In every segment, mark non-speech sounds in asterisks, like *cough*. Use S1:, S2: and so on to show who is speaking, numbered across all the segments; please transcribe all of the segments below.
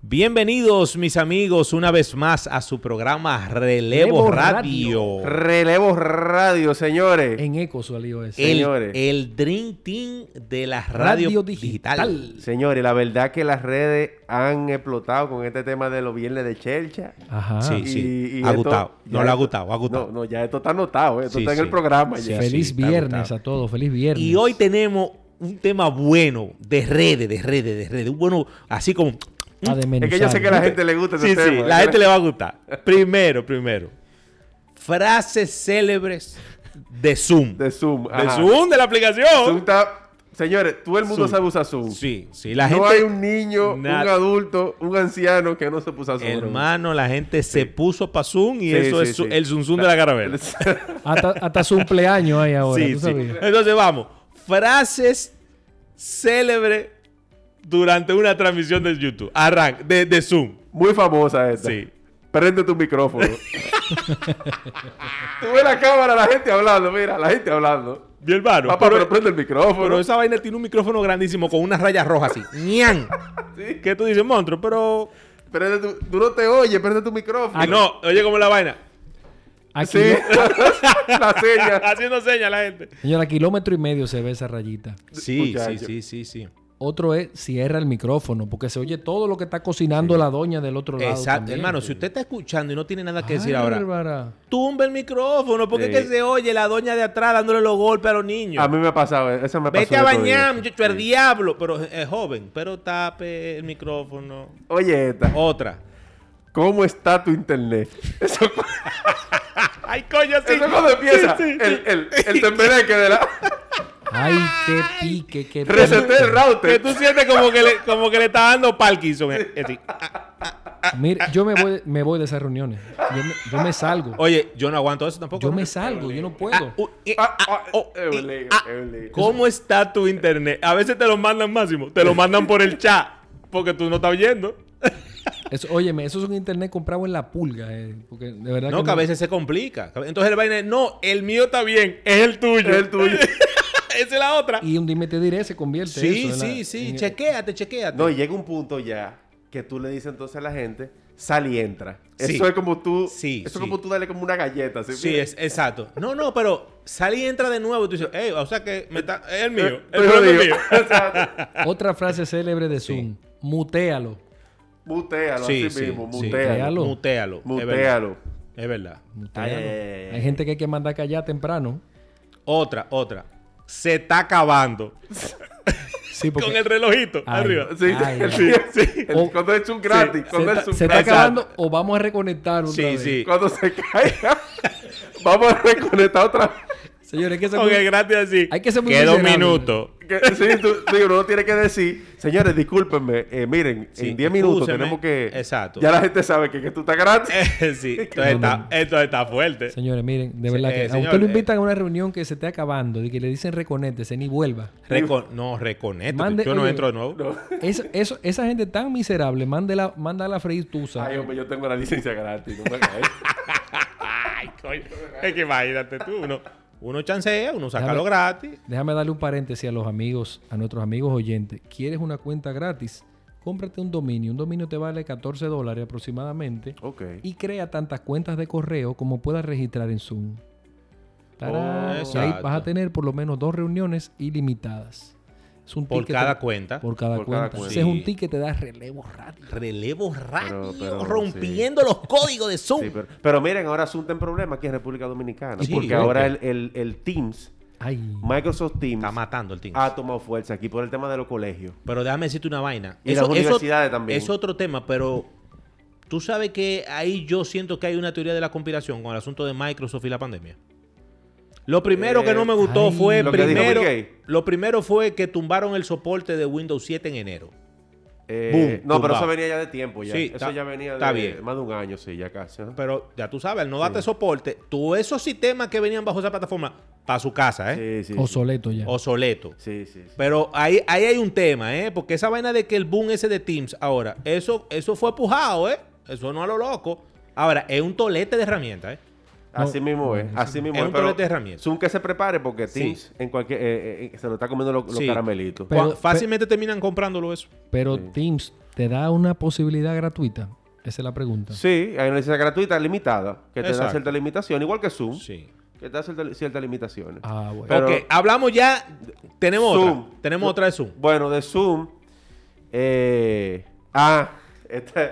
S1: Bienvenidos mis amigos una vez más a su programa Relevo,
S2: Relevo
S1: Radio.
S2: Relevo Radio, señores.
S3: En eco salió ese.
S1: El,
S2: Señores.
S1: el Dream Team de la radio,
S3: Radio
S1: digital.
S3: digital.
S2: Señores, la verdad que las redes han explotado con este tema de los viernes de chelcha.
S3: Ajá.
S1: Sí, Ha
S2: esto-
S1: gustado. No,
S2: ya
S1: lo ha
S2: esto-
S1: gustado, ha gustado.
S2: No, no, ya esto está anotado. eh.
S1: Sí,
S2: Esto está en
S1: sí.
S2: el programa
S1: Sí,
S2: ya.
S1: sí.
S3: Feliz
S1: está
S3: viernes
S1: agotado.
S3: a todos, feliz viernes.
S1: Y hoy tenemos un tema bueno de redes, de redes, de redes. Un bueno, así como.
S3: A desmenuzar.
S2: Es que yo sé que a la gente le gusta
S1: Sí,
S2: ese
S1: sí,
S2: tema.
S1: la gente le va a gustar. Primero, primero. Frases célebres de Zoom.
S2: De Zoom.
S1: De
S2: ajá.
S1: Zoom, de la aplicación.
S2: Zoom está- Señores, todo el mundo
S1: Zoom.
S2: sabe usar Zoom.
S1: Sí, sí, la
S2: no
S1: gente.
S2: hay un niño, un
S1: Nada.
S2: adulto, un anciano que no se puso a Zoom.
S1: Hermano, la gente se puso pa' Zoom y
S2: Sí,
S1: eso
S2: sí,
S1: es su-
S2: sí.
S1: el Zoom Zoom de la carabela.
S3: Hasta, hasta su cumpleaños hay ahora,
S1: Sí,
S3: ¿tú
S1: sí.
S3: sabías?
S1: Entonces vamos, frases célebres durante una transmisión de YouTube, arranca, de, de Zoom.
S2: *laughs* Muy famosa esta.
S1: Sí.
S2: Prende tu micrófono.
S1: *laughs*
S2: Tú ves la cámara, la gente hablando, mira, la gente hablando.
S1: Mi hermano,
S2: Papá, pero,
S1: pero,
S2: prende el micrófono.
S1: pero esa vaina tiene un micrófono grandísimo con unas rayas rojas así. ¡Ñan!
S2: *laughs* Sí.
S1: ¿Qué tú dices, monstruo? Pero...
S2: Prende tu- tú no te oyes, prende tu micrófono.
S1: Ah, no, oye cómo es la
S2: *laughs*
S1: vaina.
S3: Aquí,
S1: *laughs*
S2: Sí. *laughs* la seña.
S1: Haciendo señas la gente.
S3: Señora, kilómetro y medio se ve esa rayita.
S1: Sí, sí,
S2: Muchacho.
S1: sí, sí, sí.
S3: Otro es cierra el micrófono, porque se oye todo lo que está cocinando la doña del otro lado.
S1: Exacto.
S3: también.
S1: Hermano, si usted está escuchando y no tiene nada que
S3: Ay,
S1: decir ahora,
S3: Bárbara.
S1: tumba el micrófono porque es
S2: Sí.
S1: que se oye la doña de atrás dándole los golpes a los niños.
S2: A mí me ha pasado, esa me pasó.
S1: Vete a
S2: el otro
S1: bañar,
S2: día.
S1: muchacho, el diablo. Pero es joven, pero tape el micrófono.
S2: Oye, esta,
S1: Otra.
S2: ¿cómo está tu internet? *laughs* Eso,
S1: Ay, coño, sí.
S2: eso es cuando empieza
S1: Eh, Sí, sí,
S2: el, el,
S1: *laughs*
S2: el tembleque de la.
S3: Ay, qué pique, qué pique.
S2: Reseté el
S1: Que
S2: router.
S1: tú sientes como que le, como que le está dando Parkinson. eh, eh, sí.
S3: Mira, yo me voy, me voy de esas reuniones. Yo me, yo me salgo.
S1: Oye, yo no aguanto eso tampoco.
S3: Yo
S1: ¿no?
S3: me salgo, yo no
S1: Ah,
S3: puedo.
S1: uh, eh,
S2: Ah,
S1: ah,
S2: ah,
S1: oh,
S2: es un
S1: eh,
S2: lío,
S1: ah.
S2: es un lío.
S1: ¿Cómo está tu internet? A veces te lo mandan máximo, te lo mandan por el chat, porque tú no estás oyendo.
S3: Eso, óyeme, eso es un internet comprado en la pulga. eh, porque de verdad
S1: No, que a veces se complica. Entonces el vaina es, no, el mío está bien, es el tuyo.
S2: Es el tuyo.
S1: *laughs* Esa es la otra.
S3: Y un dime te diré se convierte
S1: Sí,
S3: eso en la-
S1: sí, sí.
S3: en-
S1: Chequéate, chequéate.
S2: No, y llega un punto ya que tú le dices entonces a la gente, sal y entra.
S1: Sí.
S2: Eso es como tú,
S1: Sí,
S2: eso es
S1: sí.
S2: como tú darle como una galleta. así,
S1: sí,
S2: mira. *laughs*
S1: es, exacto. No, no, pero sal y entra de nuevo. y Tú dices, "Ey, o sea que me está, es el mío.
S2: Eh,
S1: el
S2: estoy
S1: problema es
S2: jodido.
S1: mío.
S2: *laughs* Exacto.
S3: Otra frase célebre de Zoom. Mutéalo.
S2: Mutéalo
S1: Sí,
S2: así
S1: sí,
S2: mismo,
S1: sí.
S2: mutéalo.
S3: Mutéalo.
S1: Mutealo.
S2: Mutéalo.
S1: Es verdad.
S3: Mutéalo.
S2: Ay, ay,
S1: eh,
S2: ay, ay.
S3: Hay gente que hay que mandar callar temprano.
S1: Otra, otra. Se está acabando.
S3: Sí, porque
S1: Con el relojito
S3: Ay.
S1: arriba.
S2: Sí,
S3: Ay,
S2: el-
S3: ay.
S2: sí, el-
S1: Oh,
S3: O-
S2: Cuando es un gratis,
S3: se,
S2: cuando
S3: está-
S2: es un
S3: se está
S2: gratis.
S3: acabando o vamos a reconectar otra
S1: Sí,
S3: vez.
S1: sí.
S2: Cuando se *laughs* caiga, vamos a reconectar otra vez.
S3: Señores, hay que ser
S1: Con
S3: muy-
S1: el gratis así.
S3: Hay que ser muy
S1: Queda un
S3: miserable.
S1: minuto. *laughs*
S2: Que- sí, tú- sí, uno no tiene que decir, señores, discúlpenme, eh, miren,
S1: Sí,
S2: en 10 minutos
S1: excúsenme.
S2: tenemos que.
S1: Exacto.
S2: Ya la gente sabe que, que tú estás gratis.
S1: Eh, sí, entonces
S3: No, no,
S1: está,
S3: no.
S1: entonces está fuerte.
S3: Señores, miren, de
S1: Sí,
S3: verdad
S1: eh,
S3: que a
S1: señor,
S3: usted lo
S1: eh.
S3: invitan a una reunión que se esté acabando y que le dicen reconéctese ni vuelva.
S1: Recon- no, reconecta.
S3: Mande-
S1: Yo no
S3: oye,
S1: entro de nuevo.
S3: Eso, eso, esa gente tan miserable, mándela, mándala a freír tusa.
S2: Ay, hombre, yo tengo la licencia gratis. No
S1: *laughs*
S2: me caes.
S1: Ay, coño. Es que imagínate tú. Uno, uno chancea, uno saca
S3: Déjame-
S1: lo gratis.
S3: Déjame darle un paréntesis a los amigos, a nuestros amigos oyentes. ¿Quieres una cuenta gratis? Cómprate un dominio. Un dominio te vale 14 dólares aproximadamente.
S2: ok.
S3: Y crea tantas cuentas de correo como puedas registrar en Zoom. Tarán.
S1: Oh,
S3: y ahí
S1: exacto.
S3: vas a tener por lo menos dos reuniones ilimitadas. Es un
S1: Por
S3: ticket
S1: cada cuenta.
S3: Por cada
S2: Por cada
S3: cuenta.
S2: cuenta.
S3: Ese es
S1: Sí.
S3: un ticket que te da relevo radio.
S1: Relevo radio,
S2: pero,
S1: rompiendo los códigos de Zoom.
S2: Sí, pero, pero miren, ahora Zoom está en problema aquí en República Dominicana.
S1: Sí,
S2: porque
S1: ok.
S2: ahora el, el- el Teams,
S3: Ay.
S2: Microsoft Teams,
S1: Está matando el team.
S2: ha tomado fuerza aquí por el tema de los colegios.
S1: Pero déjame decirte una vaina.
S2: Y las universidades también.
S1: Es otro tema, pero tú sabes que ahí yo siento que hay una teoría de la conspiración con el asunto de Microsoft y la pandemia. Lo primero
S2: Eh,
S1: que no me gustó
S3: ay.
S1: fue
S2: Lo que dijo
S1: primero,
S2: Bill Gates.
S1: lo primero fue que tumbaron el soporte de Windows 7 en enero.
S2: Eh,
S1: Boom,
S2: no,
S1: tumbado.
S2: pero eso venía ya de tiempo. Ya.
S1: Sí,
S2: eso
S1: está-
S2: ya venía de
S1: está bien.
S2: más de un año, sí, ya casi. ¿no?
S1: Pero ya tú sabes, al no darte soporte, todos esos sistemas que venían bajo esa plataforma, para su casa, ¿eh?
S2: Sí, sí. sí.
S3: Obsoleto ya.
S1: Obsoleto.
S2: Sí, sí, sí.
S1: Pero ahí, ahí hay un tema, ¿eh? Porque esa vaina de que el boom ese de Teams, ahora, eso, eso fue pujado, ¿eh? Eso no a lo loco. Ahora, es un tolete de herramientas, ¿eh?
S2: Así
S3: No,
S2: mismo es,
S3: buenísimo.
S2: así mismo
S1: Es
S2: es.
S1: un tolete de herramientas.
S2: Zoom que se prepare porque
S1: Sí.
S2: Teams en cualquier, eh, eh, se lo está comiendo lo- los
S1: Sí.
S2: caramelitos.
S3: Pero-
S1: Cuán- fácilmente terminan comprándolo eso.
S3: Pero
S2: Sí.
S3: Teams te da una posibilidad gratuita. Esa es la pregunta.
S2: Sí, hay una licencia gratuita limitada que te da
S1: Exacto.
S2: cierta limitación, igual que Zoom,
S1: Sí.
S2: que te da cierta- ciertas limitaciones.
S3: Ah, bueno.
S2: Pero-
S1: ok, hablamos ya. Tenemos
S2: Zoom.
S1: otra. Tenemos
S2: No,
S1: otra de Zoom.
S2: Bueno, de Zoom. eh, ah, *laughs* esta,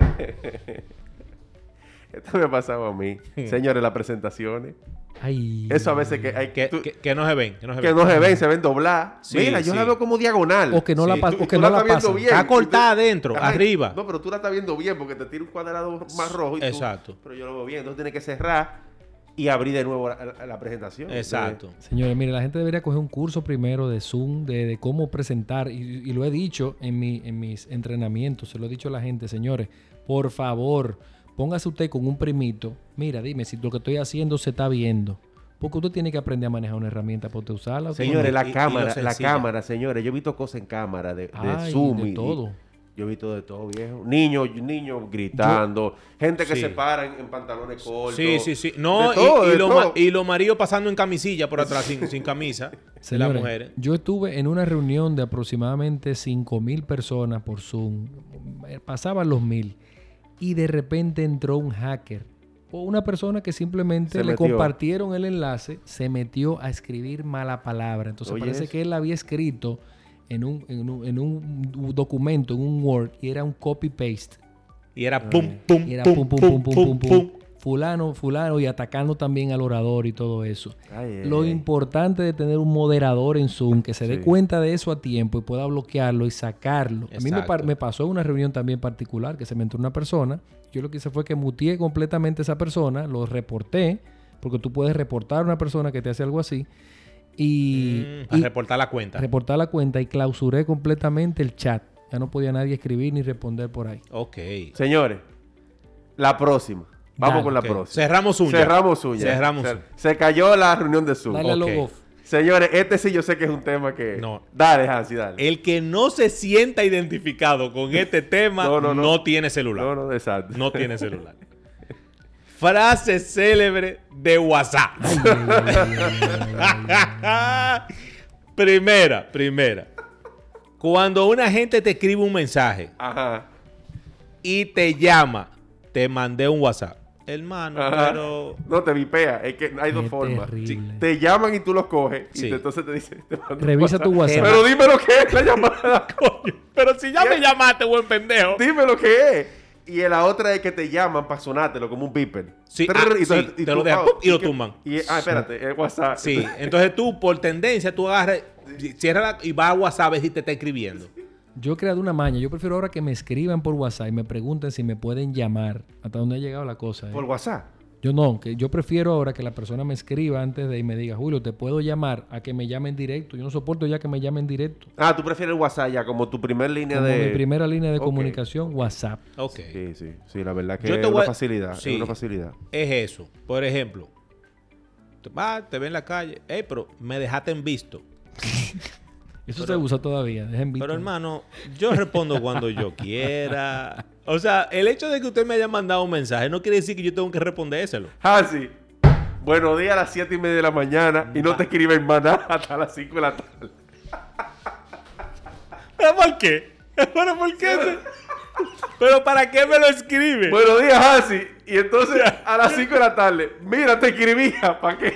S2: esta me pasaba a mí. Señores, las presentaciones.
S3: Ay.
S2: Eso a veces que hay
S1: Que,
S2: tú-
S1: que- que no se ven. Que no se
S2: que
S1: ven.
S2: no se ven, se ven doblar.
S1: Sí,
S2: Mira, yo
S1: sí.
S2: la veo como diagonal.
S3: O que no
S1: Sí.
S3: la, pas-
S2: Tú-
S3: o que
S2: tú
S3: no
S2: la
S3: la
S2: estás viendo
S3: pasan.
S2: bien.
S1: Está cortada adentro,
S2: Ajá,
S1: arriba.
S2: No, pero tú la estás viendo bien porque te tira un cuadrado más rojo. Y tú-
S1: Exacto.
S2: pero yo lo veo bien. Entonces tienes que cerrar y abrir de nuevo la, la- la presentación.
S1: Exacto.
S3: Señores, mire, la gente debería coger un curso primero de Zoom, de, de cómo presentar, y, y lo he dicho en, mi, en mis entrenamientos, se lo he dicho a la gente, señores, por favor, póngase usted con un primito, mira, dime si lo que estoy haciendo se está viendo, porque usted tiene que aprender a manejar una herramienta para usted usarla. usted
S2: Señores,
S1: Y-
S2: la
S1: y
S2: cámara,
S1: lo
S2: la
S1: sencilla.
S2: cámara, señores. Yo he visto cosas en cámara de, de
S3: no- Ay,
S2: Zoom.
S3: de
S2: y-
S3: todo.
S2: Yo he visto de todo, viejo. Niños, niños gritando, gente que
S1: Sí.
S2: se para en, en pantalones cortos.
S1: Sí, sí, sí. No,
S2: De
S1: y,
S2: todo,
S1: y
S2: de
S1: los
S2: todo.
S1: ma- y los maridos pasando en camisilla por atrás, sin, sin
S3: *laughs*
S1: camisa. de las
S3: Señores,
S1: mujeres.
S3: Yo estuve en una reunión de aproximadamente 5 mil personas por Zoom. Eh, Pasaban los mil. Y de repente entró un hacker. O una persona que simplemente
S2: Se
S3: le
S2: metió.
S3: compartieron el enlace, se metió a escribir mala palabra. Entonces
S2: Oye,
S3: parece
S2: eso.
S3: que él había escrito en un, en un- en un documento, en un Word, y era un copy-paste.
S1: Y era pum, pum,
S3: Y era
S1: pum,
S3: pum, pum, pum, pum, pum, pum. Fulano, fulano, y atacando también al orador y todo eso.
S2: Ay, ay,
S3: Lo
S1: Eh,
S2: ay.
S3: importante de tener un moderador en Zoom que se dé
S2: Sí.
S3: cuenta de eso a tiempo y pueda bloquearlo y sacarlo. A mí me, par-
S1: Exacto.
S3: me pasó en una reunión también particular que se me entró una persona. Yo lo que hice fue que mutié completamente a esa persona, lo reporté, porque tú puedes reportar a una persona que te hace algo así y,
S1: Mm, a
S3: y
S1: reportar la cuenta.
S3: reportar la cuenta y clausuré completamente el chat. Ya no podía nadie escribir ni responder por ahí.
S1: ok.
S2: Señores, la próxima. Vamos
S3: Dale,
S2: con la
S1: ok.
S2: próxima.
S1: Cerramos una.
S2: Cerramos suya.
S1: Cerramos
S2: Se,
S1: una.
S2: se cayó la reunión de Zoom.
S3: Dale a los
S1: Ok.
S3: gof.
S2: Señores, este sí yo sé que es un tema que...
S1: No.
S2: Dale, Hansi, dale.
S1: El que no se sienta identificado
S2: *laughs*
S1: con este tema no,
S2: No, no, no.
S1: tiene celular.
S2: No,
S1: No,
S2: no, exacto.
S1: tiene celular. Frase célebre de WhatsApp. primera, primera. Cuando una gente te escribe un mensaje
S2: Ajá.
S1: y te llama, te mandé un WhatsApp. Hermano,
S2: Ajá.
S1: pero
S2: No, te vipea. Es que hay dos
S3: Qué
S2: formas.
S3: terrible.
S2: Sí. Te llaman y tú los coges.
S1: Sí.
S2: Y te- entonces te dicen... te mandan
S3: Revisa tu WhatsApp.
S2: Pero dime lo que es la llamada. *laughs*
S1: Coño, pero si ya me llamaste, buen pendejo.
S2: Dime lo que es. Y la otra es que te llaman para sonártelo como un beeper.
S1: Sí,
S2: Trrr,
S1: ah,
S2: y entonces-
S1: sí,
S2: y
S1: te
S2: tú,
S1: lo dejan,
S2: ah,
S1: ¡pup! y lo
S2: que-
S1: tumban.
S2: y- ah, espérate, es WhatsApp.
S1: Sí, entonces tú por tendencia tú agarras, cierra la- y vas a WhatsApp a ver si te está escribiendo.
S3: Yo he creado una maña. Yo prefiero ahora que me escriban por WhatsApp y me pregunten si me pueden llamar. Hasta dónde ha llegado la cosa. ¿eh?
S2: Por WhatsApp.
S3: Yo no, que yo prefiero ahora que la persona me escriba antes de y me diga, Julio, te puedo llamar a que me llamen directo. Yo no soporto ya que me llamen directo.
S2: Ah, tú prefieres el WhatsApp ya como tu primer línea
S3: Como
S2: de.
S3: mi primera línea de
S2: Ok.
S3: comunicación, WhatsApp.
S1: Ok.
S2: Sí, sí, sí, la verdad que
S1: Yo
S2: es
S1: te
S2: una
S1: voy a-
S2: facilidad.
S1: Sí.
S2: Es una facilidad.
S1: Es eso. Por ejemplo, te vas, te ve en la calle, hey, pero me dejaste en visto.
S3: Eso se usa todavía. Dejen visto.
S1: Pero hermano, yo respondo cuando yo quiera. O sea, el hecho de que usted me haya mandado un mensaje no quiere decir que yo tengo que respondérselo.
S2: Hansi, Ah, buenos días a las 7 y media de la mañana y no te escriben más nada *laughs* hasta las 5 de la tarde.
S1: ¿Pero por qué? *laughs* ¿Pero por qué? ¿Pero para qué me lo escribe?
S2: Buenos días, Hansi. Y entonces a las 5 de la tarde, mira, te escribía, ¿para qué?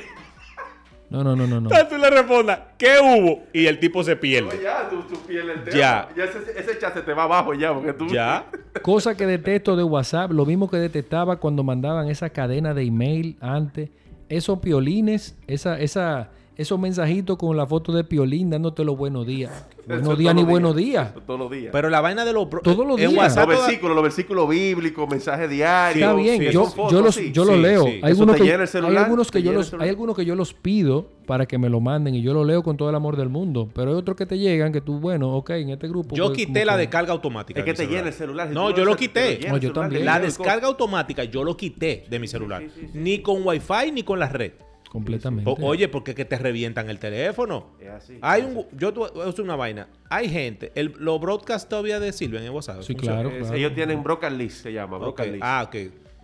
S3: No, no, no, no, no.
S1: Entonces tú le respondas, ¿qué hubo? Y el tipo se pierde.
S2: Ya, tú, tú pierdes el tema.
S1: Ya.
S2: ese, ese chat se te va abajo ya, porque tú.
S1: ¿Ya?
S3: Cosa que detesto de WhatsApp, lo mismo que detestaba cuando mandaban esa cadena de email antes. Esos piolines, esa, esa, esos mensajitos con la foto de Piolín dándote los buenos
S2: *laughs*
S3: días. *laughs*
S2: Eso
S3: Buenos días ni
S2: todos los
S3: buenos días.
S2: Eso Todos los días.
S1: Pero la vaina de los... pro-
S3: Todos los
S1: en
S3: días.
S1: WhatsApp
S2: los
S1: toda-
S2: versículos, los versículos bíblicos, mensajes diarios.
S3: Está bien,
S1: sí,
S3: yo,
S1: son
S3: yo los,
S2: sí.
S3: yo los
S1: sí,
S3: leo.
S1: sí.
S3: Hay,
S2: Eso
S3: algunos
S2: te
S3: que,
S2: llena el celular,
S3: hay algunos que yo
S2: te llena el
S3: los,
S2: celular.
S3: hay algunos que yo los pido para que me lo manden y yo lo leo con todo el amor del mundo. Pero hay otros que te llegan que tú, bueno, ok, en este grupo.
S1: Yo
S3: pues,
S1: quité
S3: como
S1: la
S3: que-
S1: descarga automática.
S2: Es
S1: de
S2: que
S1: mi
S2: te llena el celular. Si
S1: No,
S2: tú
S1: yo lo
S2: usas, te
S1: quité.
S2: llena
S3: No,
S2: el
S3: yo
S2: celular, te
S3: también.
S2: llena
S1: La
S2: el
S1: descarga automática yo lo quité de mi celular. Ni con wifi ni con la red.
S3: Completamente.
S1: O- oye, porque que te revientan el teléfono.
S2: Es así.
S1: Hay un, yo tu- es una vaina. Hay gente, el, los broadcasts todavía de Silvia en WhatsApp.
S3: Sí,
S1: ¿funciona?
S3: claro.
S2: Eh, Ellos tienen broker list, se llama,
S1: Ok.
S2: broker list.
S1: Ah, ok.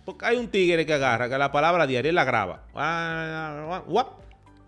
S1: Porque hay un tigre que agarra que la palabra diaria y la graba. Ah, ah, ah, guap.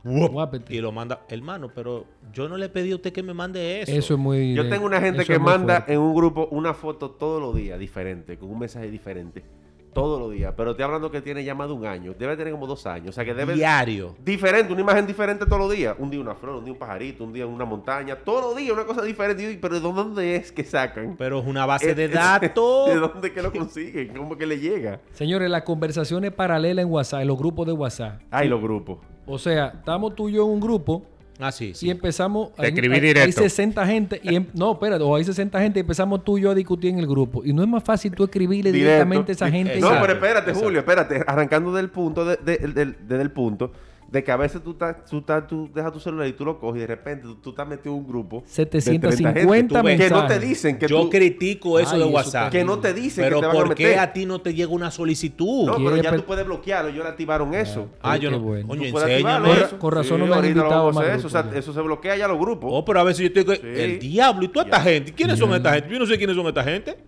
S1: Guap. *laughs*
S3: Guapete.
S1: Y lo manda, hermano, pero yo no le pedí a usted que me mande eso.
S3: Eso es muy.
S2: Yo
S3: de-
S2: tengo una gente
S3: eso
S2: que
S3: es muy
S2: manda
S3: fuerte.
S2: en un grupo una foto todos los días diferente, con un mensaje diferente, todos los días. Pero estoy hablando que tiene ya más de un año, debe tener como dos años, o sea que debe...
S1: diario.
S2: Diferente, una imagen diferente todos los días. Un día una flor, un día un pajarito, un día una montaña, todos los días una cosa diferente. Y yo digo, Pero ¿de dónde es que sacan?
S1: Pero es una base
S2: Es-
S1: de
S2: *laughs* es-
S1: datos.
S2: ¿De dónde que lo consiguen? ¿Cómo que le llega?
S3: Señores, las conversaciones paralelas en WhatsApp, en los grupos de WhatsApp.
S2: Ay, los grupos.
S3: O sea, estamos tú y yo en un grupo
S1: Ah, sí, sí.
S3: y empezamos.
S4: Te escribí
S3: hay, hay- hay
S4: directo.
S3: 60 gente. Y em- no, espérate, o hay 60 gente y empezamos tú y yo a discutir en el grupo. Y no es más fácil tú escribirle
S2: Directo.
S3: directamente a esa
S1: Di-
S3: gente. y
S2: No,
S1: Exacto,
S2: pero espérate,
S1: exacto.
S2: Julio, espérate. Arrancando del punto, de, de- del- desde el punto, de que a veces tú, estás, tú, estás, tú dejas tu celular y tú lo coges y de repente tú, tú estás metido en un grupo. de 30 gente,
S3: 750
S1: tú ves
S2: que no te
S3: mensajes.
S2: dicen que
S1: yo
S2: tú-
S1: critico eso
S3: Ay,
S1: de
S3: eso
S1: WhatsApp.
S3: está
S2: que no te dicen
S1: Pero
S2: que te van a
S1: ¿por qué
S2: meter.
S1: a ti no te llega una solicitud?
S2: No, pero
S3: Quiere
S2: ya
S3: per-
S2: tú puedes bloquearlo. Yo le activaron eso.
S1: ah,
S3: Ay,
S1: yo
S3: qué
S1: no.
S3: bueno.
S1: Coño,
S2: Tú puedes activarlo
S1: enséñame.
S3: eso. Con razón no me han
S2: ahorita lo
S3: invitado
S2: vamos a
S3: más
S2: hacer eso. O sea,
S3: grupos ya.
S2: eso se bloquea ya los grupos.
S1: Oh, pero a veces yo estoy.
S2: Sí.
S1: El diablo, ¿y tú esta
S2: Ya.
S1: gente? ¿Quiénes son
S3: Ya.
S1: esta gente? Yo no sé quiénes son esta gente.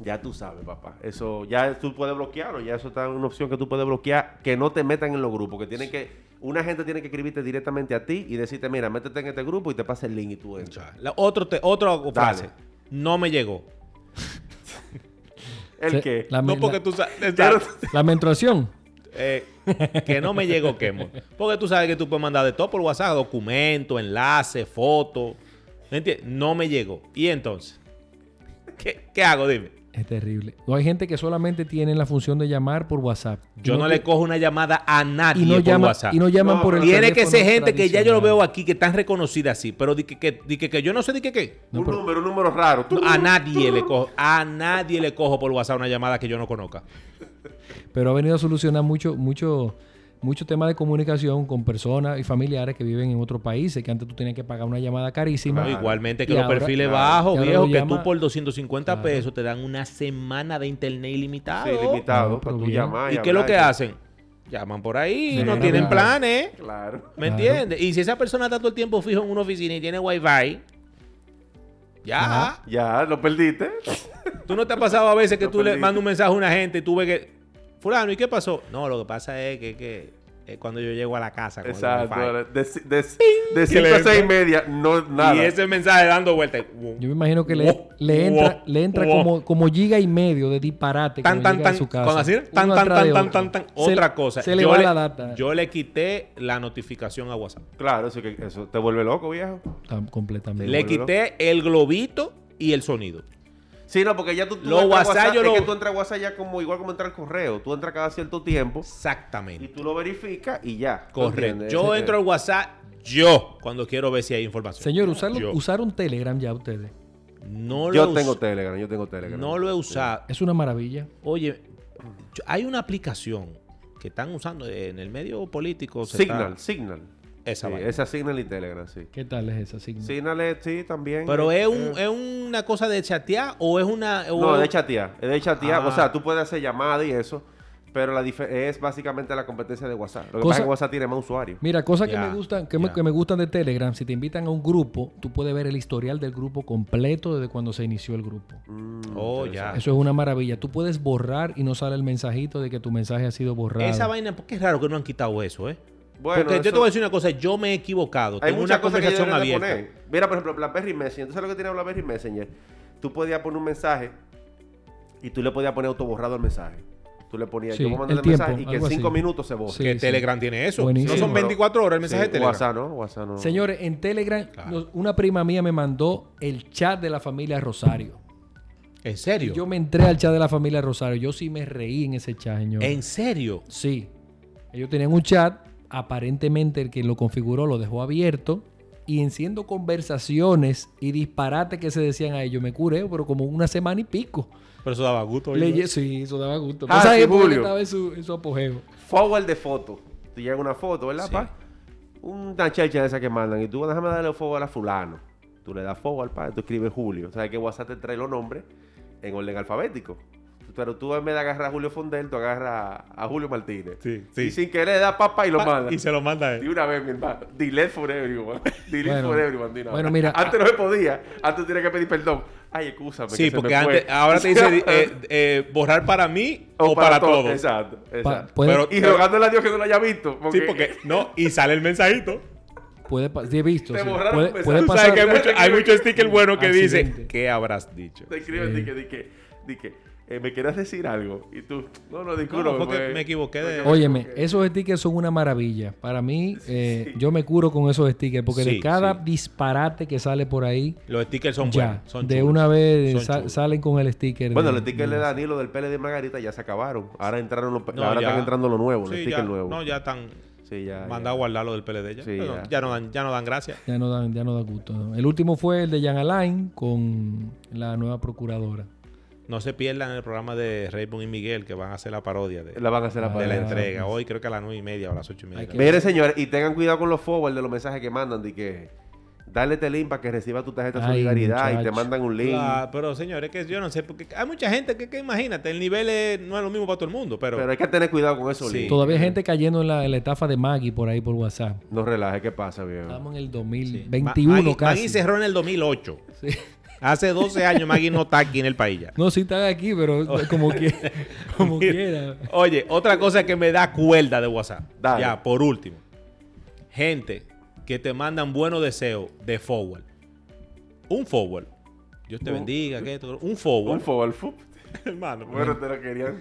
S2: Ya tú sabes, papá. Eso ya tú puedes bloquearlo. Ya eso está una opción que tú puedes bloquear. Que no te metan en los grupos. Que tienen que. Una gente tiene que escribirte directamente a ti y decirte, mira, métete en este grupo y te pasa el link y tú entras.
S1: La- otro te- otra frase. No me llegó.
S2: ¿El
S3: Se-
S2: qué?
S3: La,
S1: No
S3: men-
S1: porque
S3: la-
S1: tú
S2: *laughs*
S1: sabes.
S3: la menstruación.
S1: Eh, que no me llegó quemo. Porque tú sabes que tú puedes mandar de todo por WhatsApp, documentos, enlaces, fotos. ¿Entiendes? No me llegó. ¿Y entonces? ¿Qué, qué hago? Dime.
S3: Es terrible. No hay gente que solamente tiene la función de llamar por WhatsApp.
S1: Yo no,
S3: te-
S1: le cojo una llamada a nadie
S3: y no,
S1: por
S3: llama,
S1: WhatsApp.
S3: y no llaman
S2: No,
S3: por el
S1: Tiene que ser
S3: teléfono
S1: gente que ya yo lo
S3: tradicional.
S1: veo aquí, que están reconocidas así, pero di que, que, di que, que yo no sé de qué qué.
S3: no,
S2: un
S3: pero-
S2: número, un número raro. Tú-
S1: A nadie le cojo, a nadie le cojo por WhatsApp una llamada que yo no conozca.
S3: pero ha venido a solucionar mucho, mucho, mucho tema de comunicación con personas y familiares que viven en otros países, que antes tú tenías que pagar una llamada carísima.
S1: No, igualmente que
S3: Y
S1: los
S3: ahora-
S1: perfiles
S3: claro.
S1: bajos,
S3: Y ahora
S1: viejo,
S3: lo
S1: que
S3: llama-
S1: tú por 250
S3: Claro.
S1: pesos te dan una semana de internet ilimitado.
S2: Sí, limitado.
S3: No,
S2: para
S3: pero
S2: tú
S3: bien.
S2: llamar
S1: ¿Y qué es lo que hacen? Llaman por ahí,
S3: Sí,
S1: no
S3: claro.
S1: tienen planes.
S2: Claro.
S1: ¿Me
S3: Claro.
S1: entiendes? Y si esa persona está todo el tiempo fijo en una oficina y tiene wifi, ya.
S2: Ya, lo perdiste.
S1: ¿Tú no te ha pasado a veces que
S2: Lo
S1: tú le
S2: perdí.
S1: mandas un mensaje a una gente y tú ves que. Fulano, ¿y qué pasó? No, lo que pasa es que, que es cuando yo llego a la casa. con el
S2: Exacto.
S1: wifi.
S2: De, de, de cinco
S1: le
S2: a seis y
S1: entra.
S2: media, no nada.
S1: Y ese mensaje dando vueltas.
S3: Yo me imagino que le,
S1: Wow,
S3: le entra,
S1: wow,
S3: le entra
S1: wow.
S3: como, como giga y medio de disparate
S1: Tan,
S3: cuando
S1: tan,
S3: llega
S1: tan.
S3: a su casa.
S1: Con así, tan,
S3: Uno
S1: tan,
S3: atrás de
S1: tan, tan,
S3: otro.
S1: tan, tan.
S3: Se-
S1: Otra cosa.
S3: Se le
S1: yo,
S3: va
S1: le,
S3: la data.
S1: yo le quité la notificación a WhatsApp.
S2: Claro, eso, que, eso te vuelve loco, viejo.
S3: Tan- completamente.
S1: Le
S2: vuelve loco.
S1: quité el globito y el sonido.
S2: Sí, no, porque ya tú, tú
S1: Los
S2: entras a
S1: WhatsApp yo
S2: es
S1: lo-
S2: que tú entras a WhatsApp ya como igual como entrar al correo. Tú entras cada cierto tiempo y
S1: Exactamente.
S2: tú lo verificas y ya. ¿Tú
S1: Correcto.
S2: entiendes?
S1: Yo
S2: Ese-
S1: entro al WhatsApp yo cuando quiero ver si hay información.
S3: Señor, usarlo-
S1: Yo.
S3: usaron Telegram ya ustedes.
S1: No lo
S2: eh, Yo
S1: he us-
S2: tengo Telegram, yo tengo Telegram.
S1: No lo he usado.
S3: Es una maravilla.
S1: Oye, yo- hay una aplicación que están usando eh, en el medio político. se
S2: Signal,
S1: está-
S2: Signal.
S1: Esa
S2: Sí,
S1: vaina.
S2: esa Signal y Telegram, sí.
S3: ¿Qué tal es esa signo?
S2: Signal es, sí, también.
S1: Pero
S2: eh,
S1: es, un- es una cosa de chatear o es una. o
S2: No,
S1: es-
S2: de chatear. Es de chatear.
S1: Ah.
S2: O sea, tú puedes hacer llamadas y eso. Pero la dife- es básicamente la competencia de WhatsApp. Lo que
S3: Cosa-
S2: pasa es que WhatsApp tiene más usuarios.
S3: Mira, cosas que
S1: Ya,
S3: me gustan, que me,
S1: ya.
S3: que me gustan de Telegram, si te invitan a un grupo, tú puedes ver el historial del grupo completo desde cuando se inició el grupo.
S1: Oh, ya.
S3: Eso es una maravilla. Tú puedes borrar y no sale el mensajito de que tu mensaje ha sido borrado.
S1: Esa vaina, porque es raro que no han quitado eso, ¿eh?
S2: Bueno,
S1: porque yo
S2: eso-
S1: te voy a decir una cosa, yo me he equivocado.
S2: Hay
S1: Tengo
S2: muchas
S1: una
S2: cosas que yo
S1: conversación
S2: debería de
S1: abierta.
S2: poner. Mira, por ejemplo, Blackberry Messenger. ¿Tú sabes lo que tiene Blackberry Messenger? Tú podías poner un mensaje y tú le podías poner autoborrado al mensaje. Tú le ponías,
S3: Sí,
S2: yo voy a mandar
S3: el
S2: el mensaje
S3: tiempo,
S2: y que en
S3: algo
S2: cinco
S3: así.
S2: minutos se borre.
S1: Que
S3: Sí, sí.
S1: Telegram tiene eso.
S3: Buenísimo.
S1: No son
S2: Sí,
S1: 24 horas el mensaje
S2: Sí,
S1: de Telegram.
S2: WhatsApp, ¿no? WhatsApp no.
S3: Señores, en Telegram,
S1: Claro.
S3: nos- una prima mía me mandó el chat de la familia Rosario.
S1: ¿En serio?
S3: Yo me entré al chat de la familia Rosario. Yo sí me reí en ese chat, señor.
S1: ¿En serio?
S3: Sí. Ellos tenían un chat aparentemente el que lo configuró lo dejó abierto y enciendo conversaciones y disparates que se decían a ellos, me curé, pero como una semana y pico.
S1: Pero eso daba gusto. oye.
S3: Leye- sí, eso daba gusto.
S2: Ah,
S3: Esa
S2: sí,
S3: época que
S2: Julio.
S3: estaba en su, en su apogeo.
S2: Forward de foto. Te llega una foto, ¿verdad,
S5: Sí.
S2: pa? Una chacha de esas que mandan. Y tú, déjame darle forward a fulano. Tú le das forward, pa. Tú escribes Julio. O sea, que WhatsApp te trae los nombres en orden alfabético. Pero tú en vez de agarrar a Julio Fondel, tú agarras a Julio Martínez.
S1: Sí, sí. Ah,
S2: Y sin querer, da papá y lo manda.
S1: Y se lo manda a
S2: *laughs* De
S1: él.
S2: una vez, mi hermano. Delete for everyone. Delete
S3: Bueno.
S2: for everyone. de una
S3: Bueno,
S2: vez.
S3: mira, ah.
S2: Antes no se podía. Antes tenía que pedir perdón. Ay, excúsame. que
S1: Sí,
S2: se
S1: porque
S2: me fue.
S1: antes, ahora te
S2: *laughs*
S1: dice eh, eh, borrar para mí o, para,
S2: todo.
S1: todos.
S2: Exacto.
S3: Pa-
S2: exacto.
S3: puede-
S1: Pero-
S2: y rogándole a Dios que no lo haya visto.
S1: Sí, porque no, y sale el mensajito.
S3: Puede, pa- sí, he visto.
S2: Te
S3: sí.
S2: borraron
S3: Puede,
S2: un mensaje.
S3: puede
S1: Tú sabes
S3: pasar.
S1: que *laughs* hay mucho, hay mucho sticker bueno que dice,
S3: Accidente.
S1: ¿qué habrás dicho?
S2: *laughs* Te escriben, di que, di que, di que, eh, me querías decir algo. Y tú, no, pues. no, disculpa.
S1: No, fue que me equivoqué de-
S3: Óyeme, esos stickers son una maravilla. Para mí, eh, yo me curo con esos stickers porque
S1: Sí,
S3: de cada
S1: sí.
S3: disparate que sale por ahí,
S1: Los stickers son
S3: ya,
S1: buenos. son
S3: de
S1: chulos,
S3: una vez
S1: son
S3: sa-
S1: chulos.
S3: salen con el sticker.
S2: Bueno,
S3: de-
S2: los tickets
S3: de-
S2: de Danilo del Pérez de Margarita ya se acabaron. Ahora entraron los,
S1: No,
S2: ahora
S1: ya.
S2: están entrando los nuevos, los
S1: Sí,
S2: stickers
S1: ya,
S2: nuevos.
S1: No, ya están
S2: Sí, ya.
S1: mandado a guardar lo del PLD. Ya,
S2: Sí,
S1: No,
S2: ya.
S1: ya no dan, ya no dan gracia.
S3: Ya no, dan, ya no da gusto. ¿no? El último fue el de Jan Alain con la nueva procuradora.
S1: No se pierdan el programa de Raymond y Miguel que van a hacer la parodia de,
S2: La van a hacer la
S3: Ah,
S1: de la
S3: Ah,
S2: pared.
S1: entrega. Hoy creo que a las nueve y media o a las ocho y
S3: Hay
S1: media.
S3: que-
S2: Mire, señores, y tengan cuidado con los forward de los mensajes que mandan. De que dale este link para que reciba tu tarjeta de
S3: Ay,
S2: solidaridad y te
S3: muchacho.
S2: mandan un link.
S1: La- pero señores, que yo no sé, porque hay mucha gente que, que imagínate, el nivel es- no es lo mismo para todo el mundo, pero,
S2: Pero hay que tener cuidado con eso,
S1: Sí.
S2: links.
S3: Todavía hay gente cayendo en la, en la estafa de Maggie por ahí por WhatsApp.
S2: No relajes, ¿qué pasa, viejo?
S3: Estamos en el
S1: sí.
S3: 2021
S1: Ma- Magui-
S3: casi.
S1: Magui cerró en el 2008.
S3: Sí.
S1: Hace 12 años Maggie no está aquí en el país ya.
S3: No, sí están aquí, pero
S1: Oh.
S3: como, que,
S1: *laughs*
S3: como quiera.
S1: Oye, otra cosa que me da cuerda de WhatsApp.
S2: Dale.
S1: Ya, por último. Gente que te mandan buenos deseos de forward. Un forward. Dios te
S2: Un-
S1: bendiga, que esto, un forward.
S2: Un forward, fup.
S1: *laughs* hermano.
S2: Bueno, te lo querían.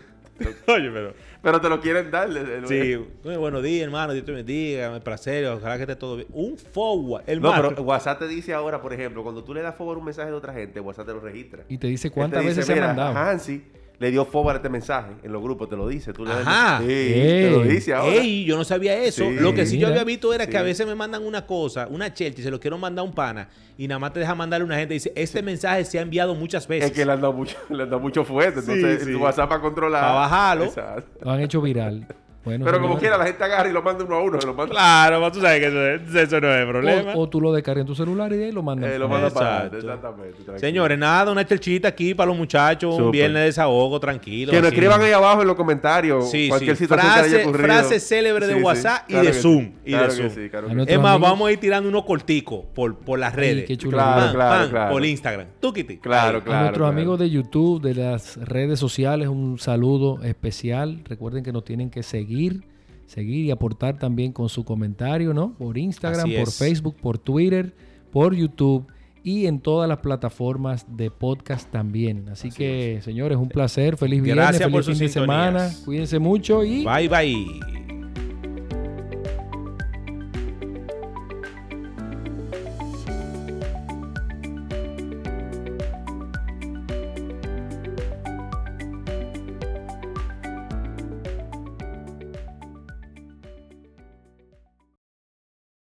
S1: Oye, pero.
S2: Pero te lo quieren dar. el- el-
S1: Sí, bueno, buenos días, hermano. Dios te bendiga. Un placer. Ojalá que esté todo bien. Un forward,
S2: No,
S1: hermano.
S2: pero WhatsApp te dice ahora, por ejemplo, cuando tú le das forward un mensaje de otra gente, WhatsApp te lo registra.
S3: Y te dice
S2: Él
S3: cuántas
S2: te Este dice,
S3: veces se ha
S2: "Mira,
S3: mandado.
S2: Hansi le dio forward este mensaje en los grupos, te lo dice. Tú le das-
S1: Ajá.
S2: Sí, te lo
S3: Ey.
S2: dice ahora.
S1: Ey, yo no sabía eso.
S2: Sí.
S1: Lo que sí yo
S3: Mira.
S1: había visto era
S2: Sí.
S1: que a veces me mandan una cosa, una chelcha, y se lo quiero mandar a un pana, y nada más te deja mandarle una gente y dice, este mensaje se ha enviado muchas veces.
S2: Es que le anda mucho, *laughs* le anda mucho fuerte. Entonces,
S1: sí.
S2: tu WhatsApp va a controlar.
S1: Pa' bajarlo.
S2: Exacto.
S3: Lo han hecho viral. Bueno,
S2: Pero como
S3: señores,
S2: quiera, la gente agarra y lo manda uno a uno. se Lo manda,
S1: Claro, pues tú sabes que eso, eso no es problema.
S3: O, o tú lo descargas en tu celular y de ahí lo mandas.
S2: eh, lo manda para
S1: Exacto.
S2: adelante. Exactamente. tranquilo.
S1: Señores, nada, una chelchita aquí para los muchachos, un
S2: Súper.
S1: viernes de desahogo, tranquilo.
S2: Que nos
S1: así.
S2: escriban ahí abajo en los comentarios
S1: Sí,
S2: cualquier
S1: sí.
S2: situación que le
S1: Frase-
S2: haya ocurrido.
S1: frase célebre de WhatsApp y de
S2: que
S1: Zoom, y de
S2: Claro que
S1: Zoom.
S2: sí, claro
S3: A
S2: que sí.
S3: nuestro
S1: Es más,
S3: amigo-
S1: vamos a ir tirando unos corticos por, por las redes.
S3: qué chulo.
S2: Claro,
S1: Pan,
S2: claro,
S1: pan,
S2: claro.
S1: Por Instagram. Túquiti.
S2: Claro, claro.
S3: a nuestros
S2: claro.
S3: amigos de YouTube, de las redes sociales, un saludo especial. Recuerden que nos tienen que seguir, seguir y aportar también con su comentario, ¿no? Por Instagram,
S1: Así
S3: por
S1: es.
S3: Facebook, por Twitter, por YouTube y en todas las plataformas de podcast también. Así, que, señores, un placer. Feliz viernes,
S1: Gracias por sus
S3: feliz fin de semana.
S1: sintonías.
S3: Cuídense mucho y
S1: Bye, bye.